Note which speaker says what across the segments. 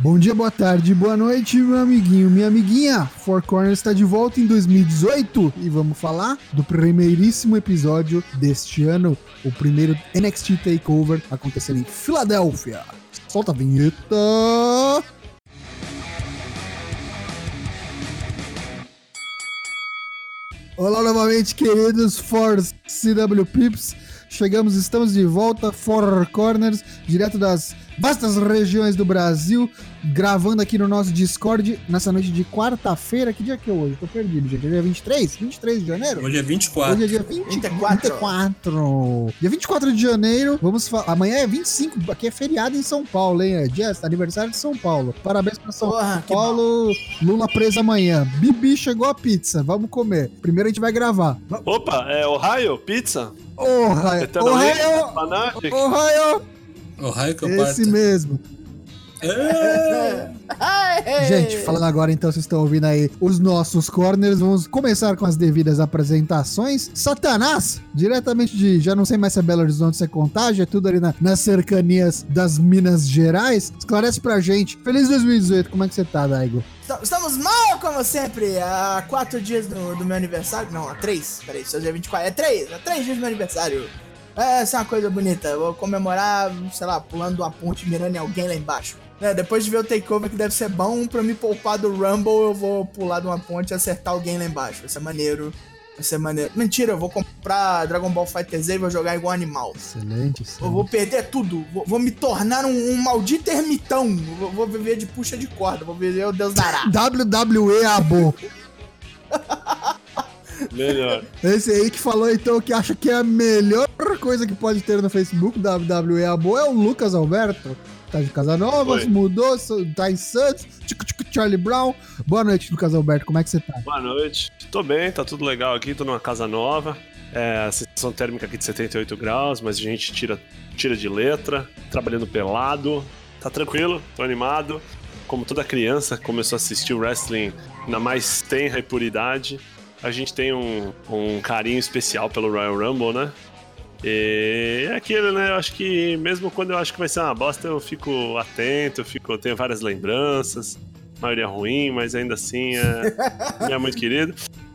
Speaker 1: Bom dia, boa tarde, boa noite, meu amiguinho, minha amiguinha. Four Corners está de volta em 2018 e vamos falar do primeiríssimo episódio deste ano, o primeiro NXT Takeover acontecendo em Filadélfia. Solta a vinheta. Olá novamente, queridos Force CW Pips. Chegamos, estamos de volta, Four Corners, direto das vastas regiões do Brasil, gravando aqui no nosso Discord nessa noite de quarta-feira. Que dia que é hoje? Tô perdido, gente. É dia 23? 23 de janeiro?
Speaker 2: Hoje é 24.
Speaker 1: Hoje é dia 20, 24. 24. Dia 24 de janeiro, vamos falar. Amanhã é 25, aqui é feriado em São Paulo, hein? É dia, aniversário de São Paulo. Parabéns pra São
Speaker 3: Porra, que
Speaker 1: Paulo. Lula preso amanhã. Bibi chegou a pizza, vamos comer. Primeiro a gente vai gravar.
Speaker 4: Opa, é Ohio, pizza?
Speaker 1: Ohio!
Speaker 4: Eternal
Speaker 1: É, Ohio!
Speaker 4: Fanatic?
Speaker 1: Ohio!
Speaker 3: é
Speaker 2: O raio que eu parto.
Speaker 1: Esse mesmo.
Speaker 2: É.
Speaker 1: Gente, falando agora então, vocês estão ouvindo aí os nossos corners. Vamos começar com as devidas apresentações. Satanás, diretamente de. Já não sei mais se é Belo Horizonte, se é Contagem, é tudo ali na- nas cercanias das Minas Gerais. Esclarece pra gente. Feliz 2018, como é que você tá, Daigo?
Speaker 3: Est- Estamos mal, como sempre, há quatro dias do, do meu aniversário. Não, há três. Peraí, se hoje é 24. É três, há três dias do meu aniversário. É, Essa é uma coisa bonita. Eu Vou comemorar, sei lá, pulando uma ponte, mirando em alguém lá embaixo. Né, depois de ver o takeover que deve ser bom, pra me poupar do Rumble, eu vou pular de uma ponte e acertar alguém lá embaixo. Vai ser maneiro. Vai ser maneiro. Mentira, eu vou comprar Dragon Ball FighterZ e vou jogar igual animal.
Speaker 1: Excelente, excelente.
Speaker 3: Eu vou perder tudo. Vou, vou me tornar um, um maldito ermitão. Vou, vou viver de puxa de corda. Vou viver o Deus dará.
Speaker 1: WWE Abo.
Speaker 4: Melhor.
Speaker 1: Esse aí que falou então que acha que é a melhor coisa que pode ter no Facebook WWE Abo é o Lucas Alberto. Tá de Casanovas,
Speaker 4: Oi.
Speaker 1: mudou, so- tá em Santos, tchico, tchico, Charlie Brown. Boa noite, Lucas Alberto, como é que você tá?
Speaker 4: Boa noite. Tô bem, tá tudo legal aqui, tô numa casa nova. É, a sensação térmica aqui de 78 graus, mas a gente tira, tira de letra, trabalhando pelado. Tá tranquilo, tô animado. Como toda criança que começou a assistir o wrestling na mais tenra e pura idade, a gente tem um, um carinho especial pelo Royal Rumble, né? E é aquilo, né? Eu acho que mesmo quando eu acho que vai ser uma bosta, eu fico atento, eu, fico, eu tenho várias lembranças, a maioria é ruim, mas ainda assim é, é muito querido.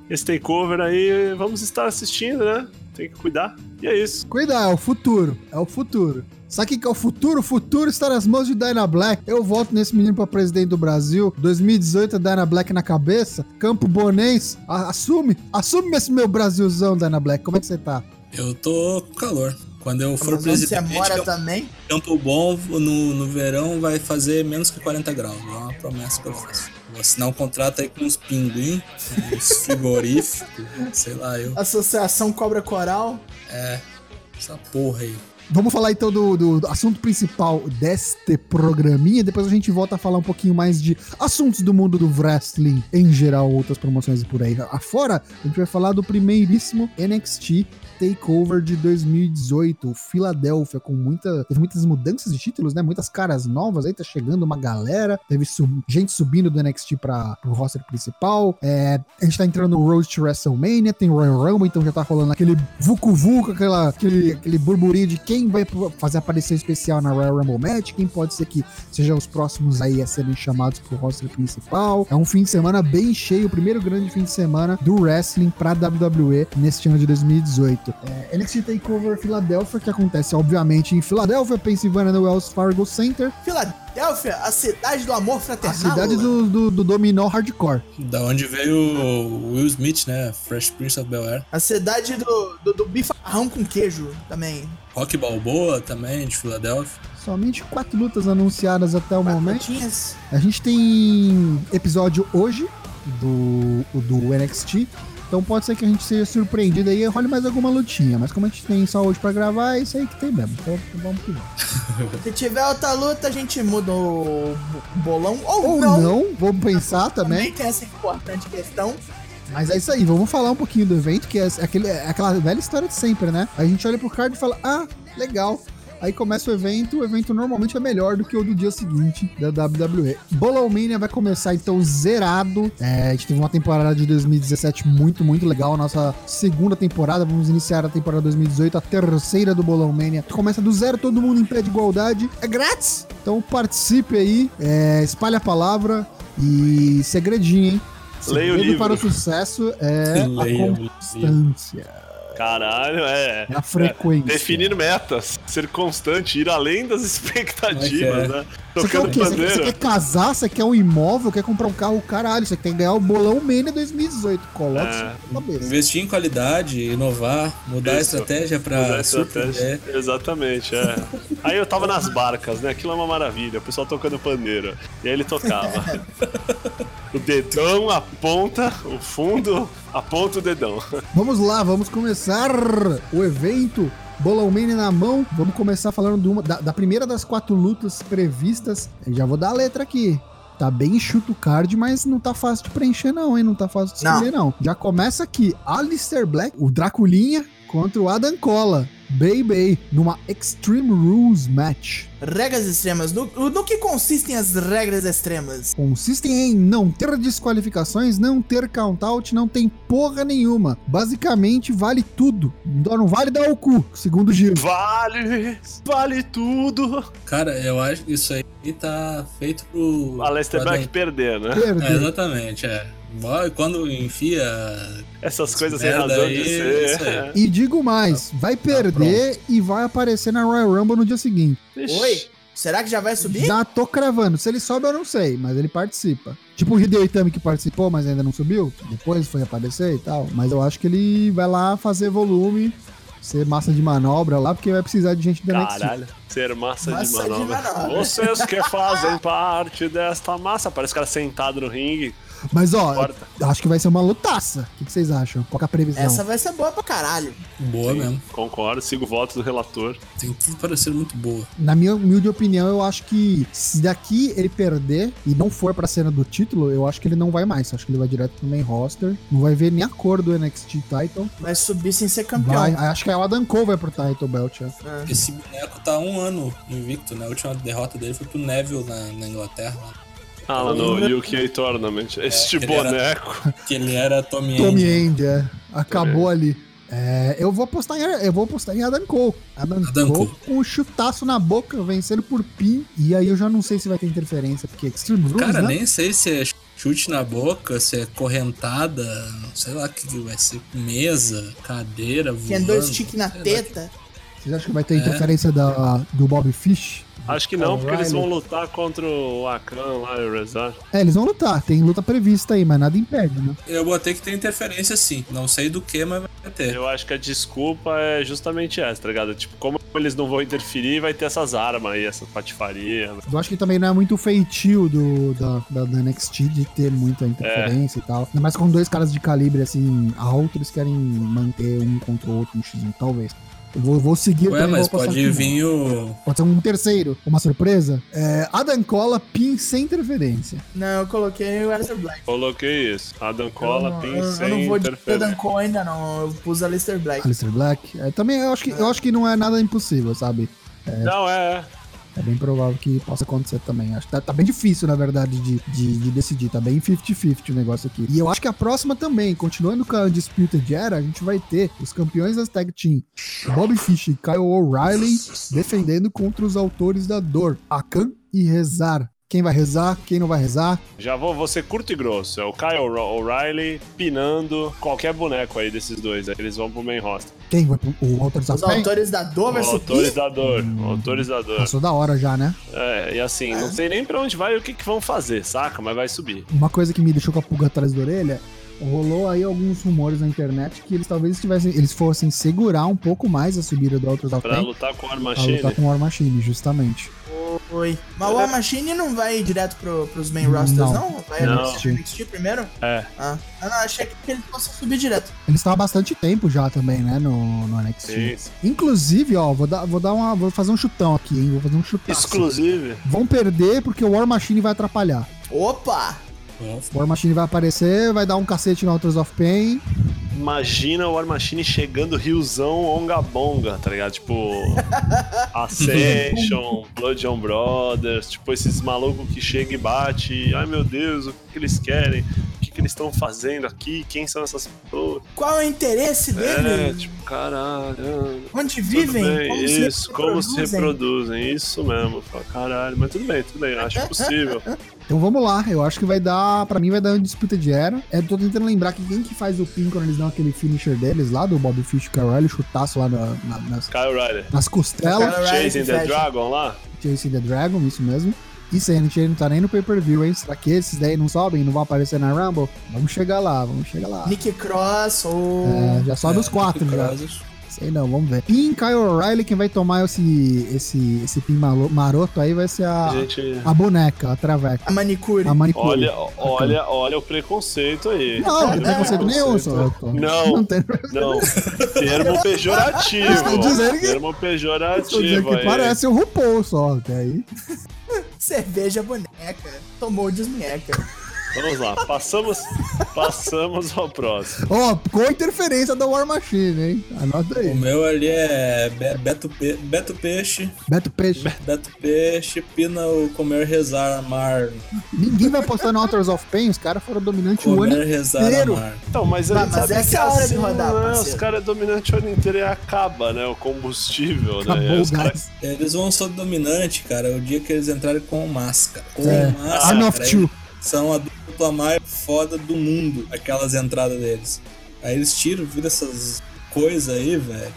Speaker 4: Esse takeover aí, vamos estar assistindo, né? Tem que cuidar. E é isso.
Speaker 1: Cuidado, é o futuro, é o futuro. Sabe o que que é o futuro? O futuro está nas mãos de Dyna Black. Eu voto nesse menino pra presidente do Brasil. 2018, Dyna Black na cabeça. Campo Bonense, a- assume, assume esse meu Brasilzão, Dyna Black. Como é que você tá?
Speaker 2: Eu tô com calor. Quando eu for
Speaker 3: Mas onde você
Speaker 2: presidente,
Speaker 3: mora
Speaker 1: né?
Speaker 3: tá?
Speaker 2: eu-
Speaker 3: também?
Speaker 2: campo bom no, no verão vai fazer menos que 40 graus. É uma promessa que eu faço. Vou assinar um contrato aí com uns pinguim, com uns frigoríficos, sei lá, eu.
Speaker 3: Associação Cobra Coral.
Speaker 2: É. Essa porra aí.
Speaker 1: Vamos falar então do, do- do assunto principal deste programinha. Depois a gente volta a falar um pouquinho mais de assuntos do mundo do wrestling em geral, outras promoções e por aí afora. A gente vai falar do primeiríssimo NXT Takeover de 2018, o Philadelphia, com muita, teve muitas mudanças de títulos, né? Muitas caras novas. Aí tá chegando uma galera. Teve su- gente subindo do NXT para pro roster principal. É, a gente tá entrando no Road to WrestleMania, tem Royal Rumble, então já tá rolando aquele vucu vucu, aquela, aquele, aquele burburinho de quem vai pro- fazer aparecer especial na Royal Rumble Match, quem pode ser que sejam os próximos aí a serem chamados pro roster principal. É um fim de semana bem cheio, o primeiro grande fim de semana do wrestling pra WWE neste ano de 2018. É, NXT TakeOver Filadélfia, que acontece obviamente em Filadélfia, Pensilvânia, no Wells Fargo Center,
Speaker 3: Filadélfia, a cidade do amor
Speaker 1: a
Speaker 3: fraternal.
Speaker 1: cidade do, do, do dominó hardcore.
Speaker 2: Da onde veio o Will Smith, né? Fresh Prince of Bel Air.
Speaker 3: A cidade do, do, do bifarrão com queijo também.
Speaker 2: Rock Balboa também, de Filadélfia.
Speaker 1: Somente quatro lutas anunciadas até o momento.
Speaker 3: Batatinhas.
Speaker 1: A gente tem episódio hoje do, o do NXT. Então pode ser que a gente seja surpreendido aí e role mais alguma lutinha. Mas como a gente tem só hoje pra gravar, é isso aí que tem mesmo. Então vamos que vamos.
Speaker 3: é. Se tiver outra luta, a gente muda o bo- bolão. Ou,
Speaker 1: Ou
Speaker 3: não.
Speaker 1: não. vamos pensar também.
Speaker 3: Também tem essa é importante questão.
Speaker 1: Mas é isso aí, vamos falar um pouquinho do evento, que é, aquele, é aquela velha história de sempre, né? A gente olha pro card e fala, ah, legal. Aí começa o evento, o evento normalmente é melhor do que o do dia seguinte da WWE. Bolomania vai começar então zerado. É, a gente teve uma temporada de 2017 muito, muito legal. Nossa segunda temporada, vamos iniciar a temporada 2018, a terceira do Bolomania. Começa do zero, todo mundo em pé de igualdade. É grátis! Então participe aí, é, espalhe a palavra e segredinho, hein?
Speaker 4: Leia o
Speaker 1: Segredo
Speaker 4: livro.
Speaker 1: para o sucesso é
Speaker 2: Leia
Speaker 1: a
Speaker 2: o
Speaker 1: constância,
Speaker 4: Caralho, é.
Speaker 1: é a frequência.
Speaker 4: Definir metas, ser constante, ir além das expectativas,
Speaker 2: Como
Speaker 4: né?
Speaker 1: é. Você quer o
Speaker 4: Tocando
Speaker 1: quê? Você, você
Speaker 4: bandeira.
Speaker 1: quer casar? Você quer um imóvel? Quer comprar um carro? Caralho, você tem que ganhar o bolão Mania 2018. Coloca
Speaker 4: É.
Speaker 1: isso na cabeça.
Speaker 2: Investir em qualidade, inovar, mudar a
Speaker 4: Ah, Isso.
Speaker 2: estratégia
Speaker 4: Mudar a
Speaker 2: pra surpreender.
Speaker 1: né?
Speaker 4: estratégia. Exatamente, é. Aí eu tava nas barcas, né? Aquilo é uma maravilha, o pessoal tocando pandeiro. E aí ele tocava. O dedão aponta, o fundo aponta o dedão.
Speaker 1: Vamos lá, vamos começar o evento. Bolão Mania na mão. Vamos começar falando de uma- da, da primeira das quatro lutas previstas. Eu já vou dar a letra aqui. Tá bem enxuto o card, mas não tá fácil de preencher não, hein? Não tá fácil de
Speaker 3: Não.
Speaker 1: escolher não. Já começa aqui. Alistair Black, o Draculinha, contra o Adam Cola. Bay Bay, numa Extreme Rules Match.
Speaker 3: Regras extremas. No, no que consistem as regras extremas?
Speaker 1: consistem em não ter desqualificações, não ter countout, não tem porra nenhuma. Basicamente, vale tudo. Não vale dar o cu, segundo o Gil.
Speaker 4: Vale! Vale tudo!
Speaker 2: Cara, eu acho que isso aí tá feito pro.
Speaker 4: Alester
Speaker 2: pra
Speaker 4: Black perder, né?
Speaker 2: É,
Speaker 1: Perdeu.
Speaker 2: exatamente, é. Ó, e Quando enfia.
Speaker 4: Essas coisas sem
Speaker 2: Merda
Speaker 4: razão
Speaker 2: aí,
Speaker 4: de
Speaker 2: isso aí.
Speaker 4: ser.
Speaker 1: E digo mais, vai perder e vai aparecer na Royal Rumble no dia seguinte.
Speaker 4: Ixi,
Speaker 3: Oi? Será que já vai subir?
Speaker 1: Já tô cravando. Se ele sobe, eu não sei, mas ele participa. Tipo o Hideo Itami que participou, mas ainda não subiu. Depois foi aparecer e tal. Mas eu acho que ele vai lá fazer volume, ser massa de manobra lá, porque vai precisar de gente da NXT.
Speaker 4: Caralho, ser massa, de,
Speaker 3: Massa de
Speaker 4: manobra.
Speaker 3: manobra.
Speaker 4: Vocês que fazem parte desta massa. Parece o cara sentado no ringue.
Speaker 1: Mas ó,
Speaker 4: Corta.
Speaker 1: acho que vai ser uma lutaça. O que, que vocês acham? Qual que é a previsão?
Speaker 3: Essa vai ser boa pra caralho.
Speaker 2: Boa mesmo.
Speaker 4: Concordo, sigo o voto do relator.
Speaker 2: Tem tudo para ser muito boa.
Speaker 1: Na minha humilde opinião, eu acho que se daqui ele perder e não for pra cena do título, eu acho que ele não vai mais. Acho que ele vai direto pro main roster. Não vai ver nem a cor do NXT Title.
Speaker 3: Vai subir sem ser campeão.
Speaker 1: Vai, acho que é o Adam Cole vai pro Title Belt. é.
Speaker 3: Ah.
Speaker 2: Esse boneco tá um ano invicto, né? A última derrota dele foi pro Neville na, na Inglaterra. né? lá.
Speaker 4: Ah, lá no UK Tournament. Este
Speaker 2: Tá É, ele era-
Speaker 4: boneco.
Speaker 2: Que ele era Tommy né?
Speaker 1: Tommy
Speaker 2: End.
Speaker 1: End, é. Acabou ali. É, eu vou apostar em, eu vou apostar em Adam Cole. Adam,
Speaker 2: Adam
Speaker 1: Cole,
Speaker 2: Cole.
Speaker 1: com um chutaço na boca, vencendo por pin. E aí eu já não sei se vai ter interferência, porque Extreme Rules,
Speaker 2: Cara,
Speaker 1: né?
Speaker 2: nem sei se é chute na boca, se é correntada, sei lá o que vai ser. Mesa, cadeira, voando.
Speaker 3: Tinha dois tiques na
Speaker 2: sei lá.
Speaker 3: teta.
Speaker 1: Vocês acham que
Speaker 2: É.
Speaker 1: vai ter interferência da, do Bob Fish?
Speaker 4: Acho que não,
Speaker 1: Caralho.
Speaker 4: porque eles
Speaker 3: né?
Speaker 4: vão lutar contra o Akan lá e o Rezar.
Speaker 1: É, eles vão lutar, tem luta prevista aí, mas nada impede, né?
Speaker 2: Eu botei que tem interferência sim. Não sei do que, mas vai ter.
Speaker 4: Eu acho que a desculpa é justamente essa, tá ligado? Tipo, como eles não vão interferir, vai ter essas armas aí, essa patifaria.
Speaker 1: Eu acho que também não é muito feitio do, da, da, da NXT de ter muita interferência e tal. Ainda mais com dois caras de calibre assim alto, eles querem manter um contra o outro, um x1, talvez. Eu vou, vou seguir
Speaker 2: Ué,
Speaker 1: também,
Speaker 2: mas
Speaker 1: vou apostar
Speaker 2: pode
Speaker 1: que não.
Speaker 2: vir o.
Speaker 1: Pode ser um terceiro, uma surpresa. É, Adam Cola, pin sem interferência.
Speaker 3: Não, eu coloquei o Alistair Black.
Speaker 4: Coloquei isso.
Speaker 3: eu
Speaker 4: Adam
Speaker 3: não,
Speaker 4: Cola,
Speaker 3: eu-
Speaker 4: Pin,
Speaker 3: eu
Speaker 4: sem
Speaker 3: não vou de
Speaker 4: interferência.
Speaker 3: Dan Cole ainda não. Eu pus Alistair Black.
Speaker 1: Alistair Black. É, também eu acho, que, eu acho que não é nada impossível, sabe?
Speaker 4: Não, é.
Speaker 1: É bem provável que possa acontecer também. Acho que tá, tá bem difícil, na verdade, de, de, de decidir. Tá bem 50-50 o negócio aqui. E eu acho que a próxima também, continuando com a Undisputed Era, a gente vai ter os campeões das Tag Team, Bobby Fish e Kyle O'Reilly, defendendo contra os autores da dor, Akan e Rezar. Quem vai rezar, quem não vai rezar.
Speaker 4: Já vou, vou ser curto e grosso. É o Kyle O'Re- O'Reilly pinando qualquer boneco aí desses dois. aí Eles vão pro main roster.
Speaker 1: Quem vai pro o Walter
Speaker 3: Os
Speaker 1: Safé?
Speaker 3: autores da Dor
Speaker 4: O
Speaker 3: vai
Speaker 4: autores
Speaker 3: subir.
Speaker 4: da dor. O autores da dor.
Speaker 1: Passou da hora já, né?
Speaker 4: É, e assim, não sei nem pra onde vai e o que, que vão fazer, saca? Mas vai subir.
Speaker 1: Uma coisa que me deixou com a pulga atrás da orelha, rolou aí alguns rumores na internet que eles talvez estivessem, eles fossem segurar um pouco mais a subida do Walter
Speaker 4: Pra
Speaker 1: Safé.
Speaker 4: lutar com a Arma
Speaker 1: Pra lutar
Speaker 4: Machine.
Speaker 1: com o War Machine, justamente.
Speaker 3: Oi. Mas o War Machine não vai direto pro, pros main rosters,
Speaker 1: Não.
Speaker 3: não? Vai
Speaker 4: Não.
Speaker 3: no NXT primeiro?
Speaker 4: É.
Speaker 3: Ah, ah, não, achei que ele fosse subir direto.
Speaker 1: Ele estava há bastante tempo já também, né, no, no NXT.
Speaker 4: Sim.
Speaker 1: Inclusive, ó, vou dar, vou dar uma. Vou fazer um chutão aqui, hein? Vou fazer um chutão.
Speaker 4: Exclusive.
Speaker 1: Vão perder porque o War Machine vai atrapalhar.
Speaker 3: Opa!
Speaker 1: O War Machine vai aparecer, vai dar um cacete no Authors of Pain.
Speaker 4: Imagina o War Machine chegando riozão onga bonga, tá ligado? Tipo, Ascension, Blood on Brothers, tipo esses malucos que chegam e bate. Ai meu Deus, o que, que eles querem? O que, que eles estão fazendo aqui, quem são essas pessoas.
Speaker 3: Qual é o interesse
Speaker 4: É,
Speaker 3: dele?
Speaker 4: tipo, caralho.
Speaker 3: Onde
Speaker 4: Tudo
Speaker 3: vivem?
Speaker 4: bem,
Speaker 3: se
Speaker 4: isso, como se
Speaker 3: reproduzem?
Speaker 4: reproduzem, isso mesmo. Fala, caralho, mas tudo bem, tudo bem, acho possível.
Speaker 1: Então vamos lá, eu acho que vai dar, pra mim vai dar uma disputa de era. Eu tô tentando lembrar que quem que faz o pin quando eles dão aquele finisher deles lá, do Bob Fish Caralho, chutaço lá na- na- nas,
Speaker 4: Kyle Ryder.
Speaker 1: nas costelas.
Speaker 3: Kyle Ryder
Speaker 4: Chasing
Speaker 3: que
Speaker 4: the
Speaker 3: fecha.
Speaker 4: Dragon lá?
Speaker 1: Chasing the Dragon, isso mesmo. Isso aí, a gente não tá nem no pay-per-view, hein? Será que esses daí não sobem, não vão aparecer na Rumble? Vamos chegar lá, vamos chegar lá.
Speaker 3: Nick Cross ou.
Speaker 1: É, já sobe os quatro, já. Sei não, vamos ver. Pin Kyle O'Reilly, quem vai tomar esse, esse, esse pin malo- maroto aí vai ser
Speaker 3: Ah.
Speaker 1: a,
Speaker 4: A gente.
Speaker 1: a boneca, a traveca,
Speaker 3: A manicure.
Speaker 1: a manicure.
Speaker 4: Olha, olha, olha o preconceito aí.
Speaker 1: Não, não tem
Speaker 4: É,
Speaker 1: preconceito nenhum, só.
Speaker 4: Não.
Speaker 1: Não tem.
Speaker 4: Não, termo pejorativo.
Speaker 1: Estou dizendo que-
Speaker 4: Termo
Speaker 1: Estou dizendo
Speaker 4: pejorativo
Speaker 1: que
Speaker 4: aí.
Speaker 1: parece o RuPaul só, até aí.
Speaker 3: Cerveja boneca. Tomou desmunheca.
Speaker 4: Vamos lá, passamos, passamos ao próximo.
Speaker 1: Ó, com interferência da War Machine, hein? Anota
Speaker 2: O
Speaker 1: aí.
Speaker 2: meu ali é Be- Beto, Pe- Beto Peixe,
Speaker 1: Beto Peixe.
Speaker 2: Beto Peixe, Pina, o comer, rezar, amar.
Speaker 1: Ninguém vai apostar no Authors of Pain, os caras foram dominantes o ano
Speaker 2: Comer, rezar,
Speaker 1: inteiro.
Speaker 2: amar.
Speaker 4: Então, mas,
Speaker 3: Mas- mas
Speaker 4: sabe
Speaker 3: essa
Speaker 4: que
Speaker 3: é a hora de
Speaker 4: assim,
Speaker 3: rodar,
Speaker 4: né, Os
Speaker 3: parceiro.
Speaker 4: caras é dominante o ano inteiro e acaba, né? O combustível, né?
Speaker 1: Acabou o
Speaker 4: Os caras-
Speaker 1: gás.
Speaker 2: Eles vão ser dominante, cara, o dia que eles entrarem com máscara. Com
Speaker 1: É.
Speaker 2: máscara.
Speaker 1: Arm of
Speaker 2: aí
Speaker 1: Two.
Speaker 2: São a dupla mais foda do mundo, aquelas entradas deles. Aí eles tiram, viram essas coisas aí, velho.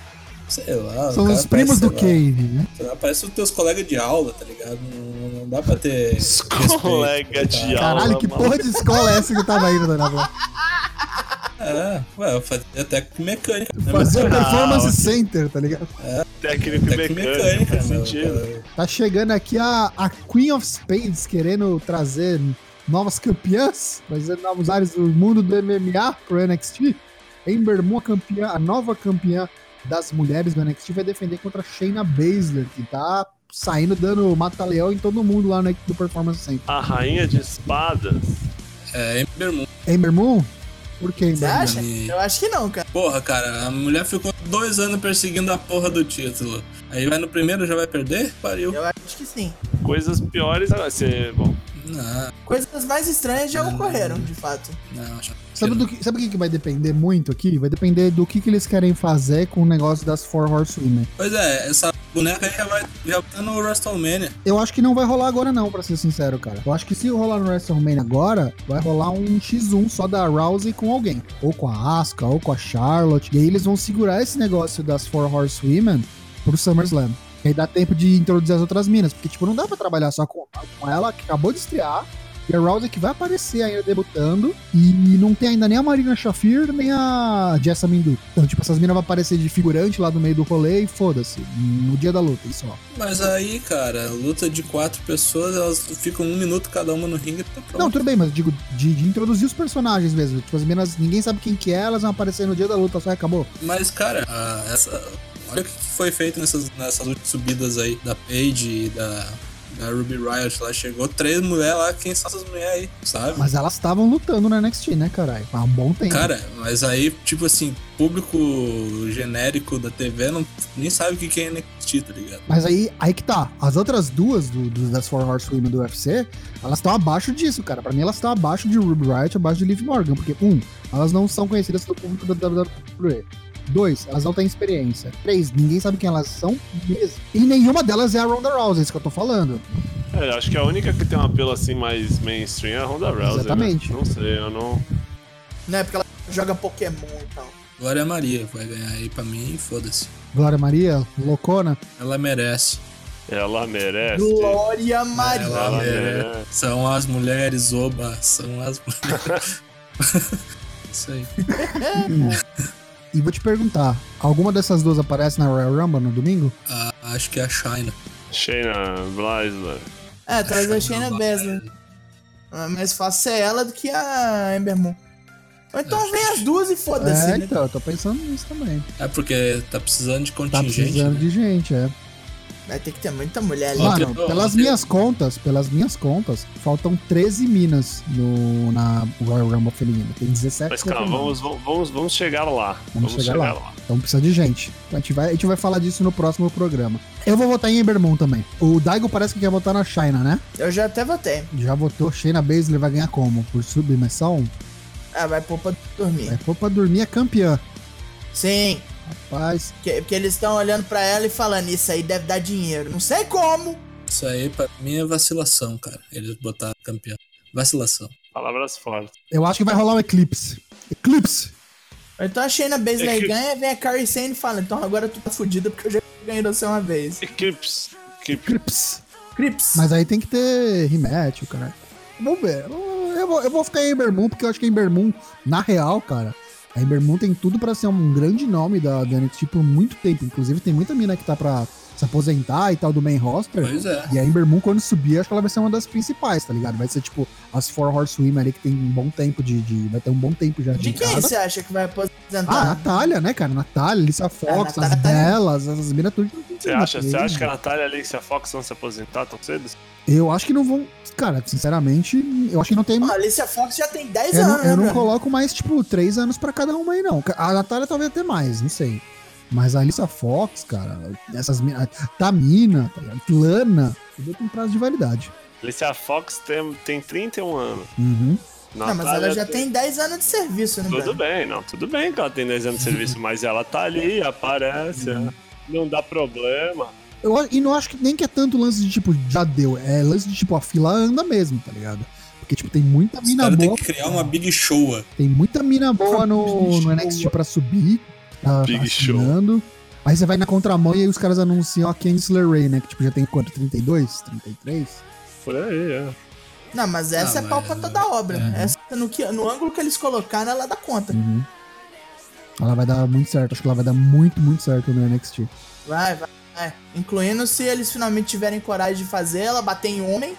Speaker 2: Sei lá. o
Speaker 1: São
Speaker 2: cara
Speaker 1: os primos
Speaker 2: parece,
Speaker 1: do
Speaker 2: sei
Speaker 1: Kane, né?
Speaker 2: lá, Parece os teus colegas de aula, tá ligado? Não, não dá pra ter.
Speaker 4: Os
Speaker 2: respeito,
Speaker 4: colega de
Speaker 2: cara.
Speaker 4: aula.
Speaker 1: Caralho, que
Speaker 4: maluco.
Speaker 1: porra de escola é essa que tava indo, Dona Flá?
Speaker 2: É, ué, eu fazia até com mecânica. né,
Speaker 1: Fazer o
Speaker 2: mas-
Speaker 1: Performance
Speaker 4: ok.
Speaker 1: Center, tá ligado?
Speaker 4: Técnico e
Speaker 2: Até com
Speaker 4: mecânico, né, faz
Speaker 2: meu,
Speaker 4: sentido.
Speaker 2: cara.
Speaker 1: Tá chegando aqui a, a Queen of Spades querendo trazer novas campeãs, trazer novos ares do mundo do MMA pro NXT. Ember Moon, a campeã, a nova campeã das mulheres do NXT, vai defender contra Shayna Baszler, que tá saindo dando mata-leão em todo mundo lá no do Performance Center.
Speaker 4: A rainha de espadas.
Speaker 2: É, Ember Moon.
Speaker 1: Ember Moon? Por que
Speaker 3: Você
Speaker 1: Ember Moon?
Speaker 3: acha? Eu acho que não, cara.
Speaker 2: Porra, cara, a mulher ficou dois anos perseguindo a porra do título. Aí vai no primeiro, já vai perder? Pariu.
Speaker 3: Eu acho que sim.
Speaker 4: Coisas piores. ah, Você, bom,
Speaker 2: Não,
Speaker 3: Coisas mais estranhas já ocorreram, de fato.
Speaker 2: não, acho
Speaker 1: Sabe do que, sabe o que que vai depender muito aqui? Vai depender do que, que eles querem fazer com o negócio das Four Horsewomen.
Speaker 2: Pois é, essa boneca aí já vai já tá no WrestleMania.
Speaker 1: Eu acho que não vai rolar agora não, pra ser sincero, cara. Eu acho que se rolar no WrestleMania agora, vai rolar um X1 só da Rousey com alguém. Ou com a Asuka, ou com a Charlotte. E aí eles vão segurar esse negócio das Four Horsewomen pro SummerSlam. E aí dá tempo de introduzir as outras minas. Porque, tipo, não dá pra trabalhar só com, com ela, que acabou de estrear. E a Rousey que vai aparecer ainda debutando. E não tem ainda nem a Marina Shafir, nem a Jessamine Duke. Então, tipo, essas minas vão aparecer de figurante lá no meio do rolê e foda-se. No dia da luta, isso, ó.
Speaker 2: Mas aí, cara, luta de quatro pessoas, elas ficam um minuto cada uma no ringue e tá pronto.
Speaker 1: Não, tudo bem, mas eu digo de, de introduzir os personagens mesmo. Tipo, as meninas, ninguém sabe quem que é, elas vão aparecer no dia da luta, só e acabou.
Speaker 2: Mas, cara, a- essa, olha o que foi feito nessas, nessas últimas subidas aí da Paige e da, da Ruby Riot lá. Chegou três mulheres lá, quem são essas mulheres aí, sabe?
Speaker 1: Mas elas estavam lutando na NXT, né, caralho? Há um bom tempo.
Speaker 2: Cara, mas aí, tipo assim, público genérico da TV não, nem sabe o que que é NXT, tá ligado?
Speaker 1: Mas aí, aí que tá. As outras duas do, do- das Four Horsewomen do UFC, elas estão abaixo disso, cara. Pra mim, elas estão abaixo de Ruby Riot, abaixo de Liv Morgan. Porque, um, elas não são conhecidas pelo público da WWE. Dois, elas não têm experiência. Três, ninguém sabe quem elas são mesmo. E nenhuma delas é a Ronda Rousey, isso que eu tô falando.
Speaker 4: É, acho que a única que tem um apelo assim mais mainstream é a Ronda Rousey.
Speaker 1: Exatamente.
Speaker 4: Né? Não sei, eu não.
Speaker 3: Não é porque ela joga Pokémon e tal.
Speaker 2: Glória Maria vai ganhar aí pra mim, foda-se.
Speaker 1: Glória Maria, loucona.
Speaker 2: Ela merece.
Speaker 4: Ela merece.
Speaker 3: Glória
Speaker 2: Ela
Speaker 3: Maria.
Speaker 4: É, Ela
Speaker 2: merece.
Speaker 4: merece.
Speaker 2: São as mulheres, oba, são as mulheres. Isso aí.
Speaker 1: E vou te perguntar, alguma dessas duas aparece na Royal Rumble no domingo?
Speaker 2: Ah, acho que é a China.
Speaker 4: Shayna Baszler.
Speaker 3: É, traz a Shayna Baszler. É mais fácil ser ela do que a Ember Moon. Ou então vem as duas e foda-se,
Speaker 1: É,
Speaker 3: né?
Speaker 1: então, eu tô pensando nisso também.
Speaker 2: É porque tá precisando de
Speaker 1: Tá
Speaker 2: contingente.
Speaker 1: precisando
Speaker 2: né?
Speaker 1: de gente, é.
Speaker 3: Vai ter que ter muita mulher ali.
Speaker 2: Ó,
Speaker 1: Mano,
Speaker 2: tem-
Speaker 1: pelas
Speaker 2: tem-
Speaker 1: minhas contas, pelas minhas contas, faltam 13 minas no, na Royal Rumble feminina. Tem 17
Speaker 4: Mas calma,
Speaker 1: confirmadas.
Speaker 4: vamos, vamos, vamos- vamos chegar lá. Vamos,
Speaker 1: chegar
Speaker 4: chegar,
Speaker 1: lá.
Speaker 4: lá.
Speaker 1: Então precisa de gente. Então a gente, vai, a gente vai falar disso no próximo programa. Eu vou votar em Ember Moon também. O Daigo parece que quer votar na China, né?
Speaker 3: Eu já até votei.
Speaker 1: Já votou. Shayna Baszler vai ganhar como? Por submissão?
Speaker 3: Ah, vai pôr pra dormir.
Speaker 1: É, pô, pra dormir é campeã.
Speaker 3: Sim.
Speaker 1: Rapaz,
Speaker 3: Porque, porque eles estão olhando pra ela e falando, isso aí deve dar dinheiro. Não sei como.
Speaker 2: Isso aí, pra mim, é vacilação, cara. Eles botaram campeão. Vacilação.
Speaker 4: Palavras fortes.
Speaker 1: eu acho que vai rolar um eclipse. Eclipse!
Speaker 3: Então a Shayna
Speaker 4: É
Speaker 3: Baszler
Speaker 4: que-
Speaker 3: ganha, vem a Carrie Sane e fala, então agora tu tá fudido porque eu já ganhei você uma vez.
Speaker 4: Equipes. Equipe.
Speaker 1: Eclipse!
Speaker 3: Crips.
Speaker 1: Mas aí tem que ter rematch, o cara. Vamos ver. Eu vou, eu vou ficar em Embermoon, porque eu acho que a Embermoon, na real, cara, a Embermoon tem tudo pra ser um grande nome da, da NXT por muito tempo. Inclusive, tem muita mina que tá pra se aposentar e tal do main roster.
Speaker 2: Pois é.
Speaker 1: E a Ember Moon, quando subir, acho que ela vai ser uma das principais, tá ligado? Vai ser tipo as Four Horsewomen ali que tem um bom tempo de. de- vai ter um bom tempo já de.
Speaker 3: De quem
Speaker 1: casa.
Speaker 3: você acha que vai
Speaker 1: Ah,
Speaker 3: aposentar?
Speaker 1: Natália, né, cara? Natália, Lisa Fox,
Speaker 3: Natália
Speaker 1: as
Speaker 3: tá-
Speaker 1: Belas, as minas tudo.
Speaker 4: Você acha, você acha que a Natália e a Alicia Fox vão se aposentar tão cedo?
Speaker 1: Eu acho que não vão. Cara, sinceramente, eu acho que não tem.
Speaker 3: Pô, a Alicia Fox já tem 10
Speaker 1: Eu não,
Speaker 3: anos,
Speaker 1: eu não
Speaker 3: né, bro?
Speaker 1: coloco mais, tipo, três anos pra cada uma aí, não. A Natália talvez até mais, não sei. Mas a Alissa Fox, cara, essas minas. Tamina, tá ligado? Lana, tudo tem um prazo de validade.
Speaker 4: Alicia Fox tem, tem 31 anos.
Speaker 1: Uhum.
Speaker 3: Não, mas ela já tá tem 10 anos de serviço, né,
Speaker 4: é
Speaker 3: bro?
Speaker 4: Tudo bem, não. Tudo bem que ela tem 10 anos de serviço, mas ela tá ali, aparece,
Speaker 3: Uhum.
Speaker 4: não dá problema.
Speaker 1: Eu, a- e não acho que nem que é tanto lance de tipo, já deu. É lance de tipo, a fila anda mesmo, tá ligado? Porque, tipo, tem muita
Speaker 2: Os
Speaker 1: mina
Speaker 2: caras têm
Speaker 1: boa.
Speaker 2: que criar uma Big Show.
Speaker 1: Tem muita mina boa no, no NXT pra subir. Tá
Speaker 4: Big
Speaker 1: assinando. Aí você vai na contramão e aí os caras anunciam a Kensler Ray, né? Que tipo, já tem quanto? 32? 33?
Speaker 4: Por aí, é.
Speaker 3: Tipo Não, mas essa
Speaker 2: Ah,
Speaker 3: é pau
Speaker 2: mas-
Speaker 3: pra toda a obra.
Speaker 1: É.
Speaker 3: Essa, no, que, no ângulo que eles colocaram, ela dá conta.
Speaker 1: Uhum. Ela vai dar muito certo. Acho que ela vai dar muito, muito certo no NXT.
Speaker 3: Vai, vai, vai. Incluindo se eles finalmente tiverem coragem de fazer ela, bater em homem.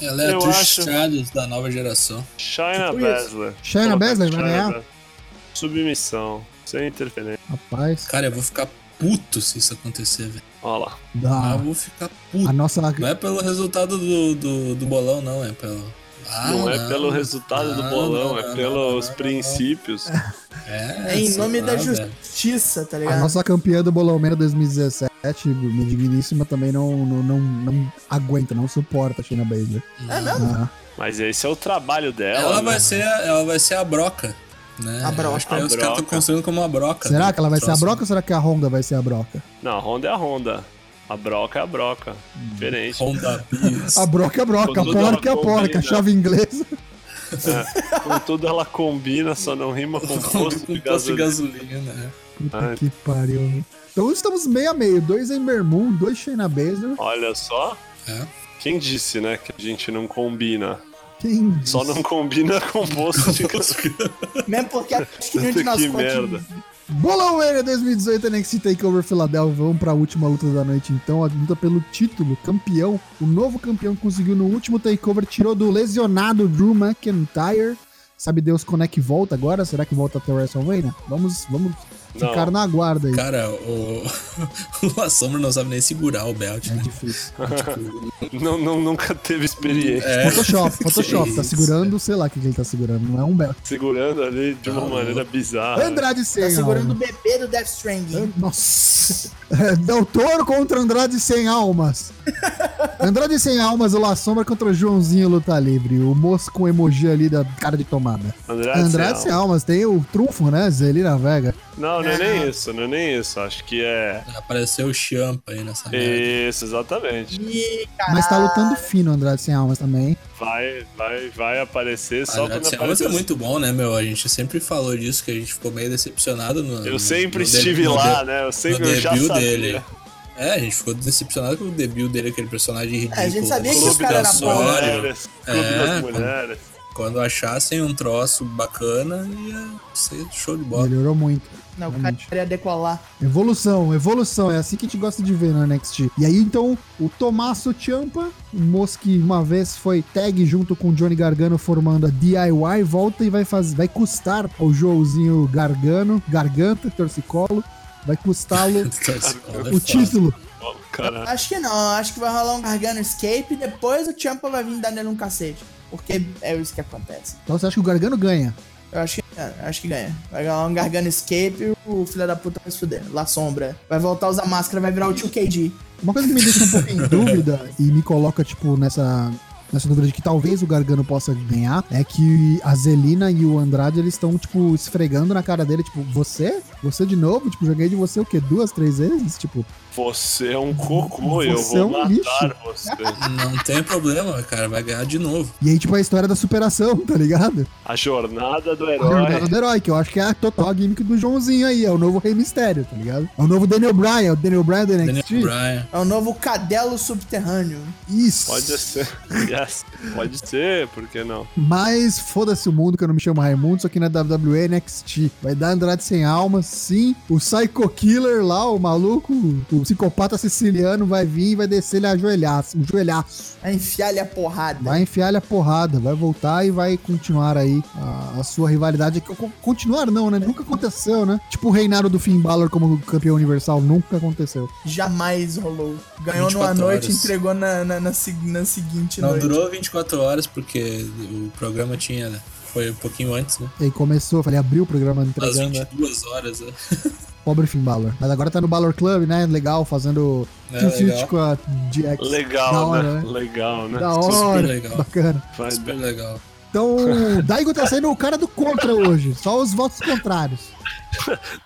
Speaker 2: Ela é a
Speaker 4: Eu
Speaker 2: atriz
Speaker 4: acho-
Speaker 2: Charles da nova geração.
Speaker 4: Shayna
Speaker 3: Tipo isso.
Speaker 4: Baszler.
Speaker 1: Shayna
Speaker 4: Coloca
Speaker 1: Baszler vai
Speaker 4: Shayna
Speaker 1: ganhar?
Speaker 4: Baszler. Submissão, sem interferência.
Speaker 1: Rapaz.
Speaker 2: Cara, eu vou ficar puto se isso acontecer, velho.
Speaker 4: Olha lá.
Speaker 2: Eu
Speaker 1: Da,
Speaker 2: vou ficar
Speaker 1: a
Speaker 2: puto.
Speaker 1: nossa.
Speaker 2: Não é pelo resultado do, do, do bolão, não. É pelo. Ah,
Speaker 4: não, é pelo resultado do
Speaker 2: Não,
Speaker 4: bolão,
Speaker 2: não,
Speaker 4: é
Speaker 2: não,
Speaker 4: pelos
Speaker 2: não, não,
Speaker 4: princípios.
Speaker 2: É,
Speaker 3: É, em
Speaker 2: sei
Speaker 3: nome
Speaker 2: lá,
Speaker 3: da
Speaker 2: velho.
Speaker 3: justiça, tá
Speaker 1: A
Speaker 3: ligado?
Speaker 1: Ah, nossa campeã do Bolão Mena 2017, minha digníssima, também não, não, não, não aguenta, não suporta a Shayna Baszler.
Speaker 3: É mesmo?
Speaker 1: Ah,
Speaker 4: Mas esse é o trabalho dela.
Speaker 2: Ela
Speaker 4: né?
Speaker 2: vai ser a, ela vai ser a broca, né?
Speaker 3: A broca.
Speaker 2: Eu Acho que
Speaker 4: A
Speaker 2: aí os caras estão
Speaker 4: broca.
Speaker 2: construindo como uma broca.
Speaker 1: será
Speaker 2: né?
Speaker 1: que ela vai ser a
Speaker 2: Troço.
Speaker 1: broca ou será que a Honda vai ser a broca?
Speaker 4: Não, a Honda é a Honda. A broca é a broca. Diferente.
Speaker 2: Honda Beats.
Speaker 1: A broca é a broca, a
Speaker 4: Quando ela
Speaker 1: porca é a porca,
Speaker 4: combina.
Speaker 1: a chave inglesa.
Speaker 4: Contudo, né? ela combina, só não rima com posto
Speaker 2: com
Speaker 4: de
Speaker 2: posto de
Speaker 4: gasolina.
Speaker 2: gasolina, né?
Speaker 1: Puta
Speaker 4: Ai.
Speaker 1: que pariu. né? Então estamos meio a meio, dois Ember Moon, dois Shayna Baszler.
Speaker 4: Olha só.
Speaker 2: É.
Speaker 4: Quem disse, né, que a gente não combina?
Speaker 1: Quem disse?
Speaker 4: Só não combina com posto de gasolina.
Speaker 3: Mesmo porque acho que nenhum de nós
Speaker 4: Que
Speaker 3: conta-
Speaker 4: merda.
Speaker 1: Bolão Mania 2018 NXT Takeover Philadelphia. Vamos pra última luta da noite então, a luta pelo título, campeão. O novo campeão conseguiu no último Takeover, tirou do lesionado Drew McIntyre. Sabe Deus quando é que volta agora? Será que volta até o WrestleMania? Né? Vamos, vamos
Speaker 4: Não.
Speaker 1: ficar na guarda aí.
Speaker 2: Cara, o, o A Sombra não sabe nem segurar o belt,
Speaker 1: É
Speaker 2: né?
Speaker 1: difícil.
Speaker 2: Tipo,
Speaker 4: Não, não, nunca teve experiência.
Speaker 2: é,
Speaker 1: Photoshop, Photoshop. tá
Speaker 2: isso,
Speaker 1: segurando, sei lá o que ele tá segurando. Não é um belo.
Speaker 4: Segurando ali de uma
Speaker 2: Não.
Speaker 4: maneira bizarra.
Speaker 1: Andrade
Speaker 3: Tá
Speaker 1: Senna.
Speaker 3: segurando o bebê do Death Stranding.
Speaker 1: Nossa! É, Del Toro contra Andrade sem almas. Andrade sem almas, o La Sombra contra o Joãozinho Luta Livre. O moço com emoji ali da cara de tomada.
Speaker 4: Andrade,
Speaker 1: Andrade sem
Speaker 4: Serra.
Speaker 1: almas, tem o trunfo, né? Zelina Vega.
Speaker 4: Não, não é nem isso, não é nem isso. Acho que é.
Speaker 2: Apareceu o Champa aí nessa merda.
Speaker 4: Isso, exatamente.
Speaker 3: E
Speaker 1: Mas tá lutando fino o Andrade sem almas também.
Speaker 4: Vai, vai, vai aparecer
Speaker 2: Ah,
Speaker 4: só
Speaker 2: Dragon
Speaker 4: quando
Speaker 2: Ball é
Speaker 4: aparecer.
Speaker 2: muito bom, né, meu? A gente sempre falou disso, que a gente ficou meio decepcionado no.
Speaker 4: Eu
Speaker 2: no-
Speaker 4: sempre
Speaker 2: no
Speaker 4: estive
Speaker 2: de- no
Speaker 4: lá,
Speaker 2: de-
Speaker 4: né? Eu
Speaker 2: no
Speaker 4: sempre eu já
Speaker 2: debut
Speaker 4: sabia.
Speaker 2: dele. É, a gente ficou decepcionado com o debut dele, aquele personagem ridículo.
Speaker 3: É, a gente sabia que
Speaker 2: Clube
Speaker 3: o cara
Speaker 2: da
Speaker 3: era bom, né?
Speaker 2: Sória.
Speaker 4: Mulheres, Clube
Speaker 2: É,
Speaker 4: das
Speaker 2: pô.
Speaker 4: mulheres.
Speaker 2: Quando achassem um troço bacana, ia ser show de bola.
Speaker 1: Melhorou muito.
Speaker 3: Não, o cara queria decolar.
Speaker 1: Evolução, evolução. É assim que a gente gosta de ver no NXT. E aí, então, o Tommaso Ciampa, um moço que uma vez foi tag junto com o Johnny Gargano formando a DIY, volta e vai, faz... vai custar ao Joãozinho Gargano, Garganta, torcicolo, vai custá-lo
Speaker 2: Torce- olha,
Speaker 1: o
Speaker 2: É foda.
Speaker 1: título.
Speaker 4: Ó, o cara,
Speaker 3: Acho que não, acho que vai rolar um Gargano Escape e depois o Champa vai vir dar nele um cacete. Porque é isso que acontece.
Speaker 1: Então você acha que o Gargano ganha?
Speaker 3: Eu acho que, é, eu acho que ganha. Vai rolar um Gargano Escape e o filho da puta vai se fuder. La Sombra. Vai voltar a usar máscara, vai virar o tio KD.
Speaker 1: Uma coisa que me deixa um pouco em dúvida e me coloca, tipo, nessa. nessa dúvida de que talvez o Gargano possa ganhar, é que a Zelina e o Andrade, eles estão, tipo, esfregando na cara dele, tipo, você? Você de novo? Tipo, joguei de você o quê? Duas, três vezes? Tipo,
Speaker 4: Você é um cocô, eu
Speaker 1: Você é
Speaker 4: vou
Speaker 1: um
Speaker 4: matar
Speaker 1: lixo.
Speaker 4: você.
Speaker 2: Não tem problema, cara. Vai ganhar de novo.
Speaker 1: e aí, tipo, a história da superação, tá ligado?
Speaker 4: A jornada do
Speaker 1: A jornada
Speaker 4: herói.
Speaker 1: do herói, que eu acho que é a total gimmick do Joãozinho aí, é o novo Rei Mistério, tá ligado? É o novo Daniel Bryan, é o Daniel Bryan do
Speaker 2: Daniel
Speaker 1: NXT.
Speaker 2: Bryan.
Speaker 3: É o novo cadelo subterrâneo.
Speaker 1: Isso.
Speaker 4: Pode ser. Yes. Pode ser, por que não?
Speaker 1: Mas foda-se o mundo que eu não me chamo Raimundo, só que na WWE NXT. Vai dar Andrade sem alma, sim. O Psycho Killer lá, o maluco, o psicopata siciliano vai vir e vai descer ele a joelhaço, um joelhaço.
Speaker 3: Vai enfiar-lhe a porrada.
Speaker 1: Vai enfiar ele a porrada, vai voltar e vai continuar aí a, a sua rivalidade. Que co- Continuar não, né? Nunca aconteceu, né? Tipo o reinado do Finn Balor como campeão universal, nunca aconteceu.
Speaker 3: Jamais rolou. Ganhou
Speaker 2: 24
Speaker 3: numa noite,
Speaker 2: horas.
Speaker 3: entregou na, na, na se- na seguinte
Speaker 2: Não,
Speaker 3: noite.
Speaker 2: durou 24 horas, porque o programa tinha. Foi um pouquinho antes, né?
Speaker 1: E aí começou, falei, abriu o programa
Speaker 2: Às
Speaker 1: entregando. né?
Speaker 2: 22 horas, né?
Speaker 1: Pobre Finn Balor. Mas agora tá no Balor Club, né? Legal, fazendo
Speaker 2: É,
Speaker 1: Team Feud
Speaker 2: legal.
Speaker 1: com tipo, a DX. Da
Speaker 4: Legal,
Speaker 1: hora,
Speaker 4: né?
Speaker 1: né?
Speaker 4: Legal, né?
Speaker 1: Da
Speaker 2: Super
Speaker 1: hora,
Speaker 2: legal.
Speaker 1: bacana.
Speaker 4: Vai
Speaker 2: Super
Speaker 4: dar.
Speaker 2: legal.
Speaker 1: Então, o Daigo tá sendo o cara do contra hoje, só os votos contrários.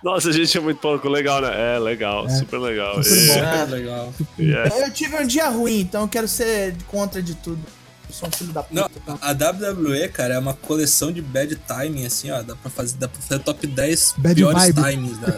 Speaker 4: Nossa, a gente é muito pouco. Legal, né? É, legal. Super legal. é.
Speaker 1: Super bom. Ah.
Speaker 2: Super legal.
Speaker 4: Yeah.
Speaker 3: Eu tive um dia ruim, então eu quero ser contra de tudo. Eu sou um filho da
Speaker 2: Não,
Speaker 3: puta.
Speaker 2: a WWE, cara, é uma coleção de bad timing, assim, ó. Dá pra fazer, dá pra fazer top 10
Speaker 1: Bad
Speaker 2: piores
Speaker 1: vibe.
Speaker 2: times. Da...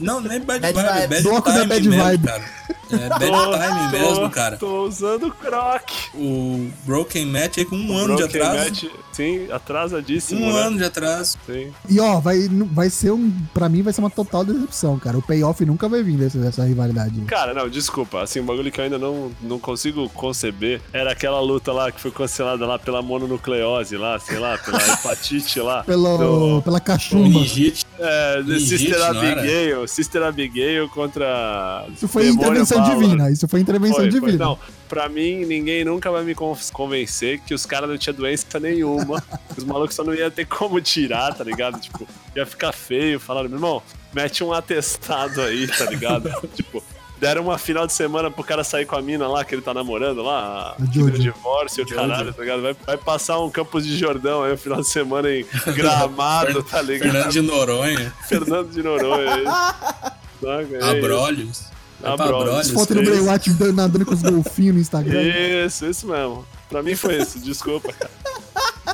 Speaker 2: Não, nem bad,
Speaker 3: Bad
Speaker 2: vibe,
Speaker 3: vibe.
Speaker 2: bad
Speaker 1: Bloco da
Speaker 2: timing
Speaker 1: bad
Speaker 2: mesmo,
Speaker 1: vibe.
Speaker 2: cara. É, bad timing
Speaker 4: Tô-
Speaker 2: mesmo, cara.
Speaker 4: Tô usando croc.
Speaker 2: O Broken Match aí com um ano de
Speaker 4: Broken
Speaker 2: atraso.
Speaker 4: Match, sim, atrasadíssimo,
Speaker 2: Um
Speaker 4: né?
Speaker 2: ano de atraso.
Speaker 4: Sim.
Speaker 1: E ó, vai, vai ser um. Pra mim, vai ser uma total decepção, cara. O payoff nunca vai vir dessa, dessa rivalidade.
Speaker 4: Cara, não, desculpa. Assim, o bagulho que eu ainda não, não consigo conceber era aquela luta lá que foi cancelada lá pela mononucleose lá, sei lá, pela hepatite lá.
Speaker 1: Pelo,
Speaker 4: do-
Speaker 1: Pela cachumba.
Speaker 2: Meningite.
Speaker 4: é, do
Speaker 2: Meningite,
Speaker 4: Sister
Speaker 2: não era?
Speaker 4: Abigail. Sister Abigail contra.
Speaker 1: Isso foi
Speaker 4: Demônio
Speaker 1: intervenção
Speaker 4: Bala.
Speaker 1: divina. Isso foi intervenção
Speaker 4: Foi, foi.
Speaker 1: divina.
Speaker 4: Não, pra mim, ninguém nunca vai me con- convencer que os caras não tinham doença nenhuma. que os malucos só não iam ter como tirar, tá ligado? Tipo, ia ficar feio. Falaram, meu irmão, mete um atestado aí, tá ligado? tipo, deram uma final de semana pro cara sair com a mina lá que ele tá namorando lá.
Speaker 1: O
Speaker 4: a-
Speaker 1: Jojo.
Speaker 4: do divórcio,
Speaker 2: Jojo.
Speaker 4: caralho, tá ligado? Vai, vai passar um Campos de Jordão aí, um final de semana em Gramado, tá
Speaker 2: Fernando
Speaker 4: ligado?
Speaker 2: de Noronha.
Speaker 4: Fernando de Noronha aí. Saca? É isso.
Speaker 2: Abrolhos. Vai pra
Speaker 4: Abrolhos.
Speaker 2: Abrolhos.
Speaker 1: As fotos do
Speaker 4: três.
Speaker 1: Bray Wyatt dan- nadando com os golfinhos no Instagram.
Speaker 4: Isso, isso mesmo. Pra mim foi isso, desculpa, cara.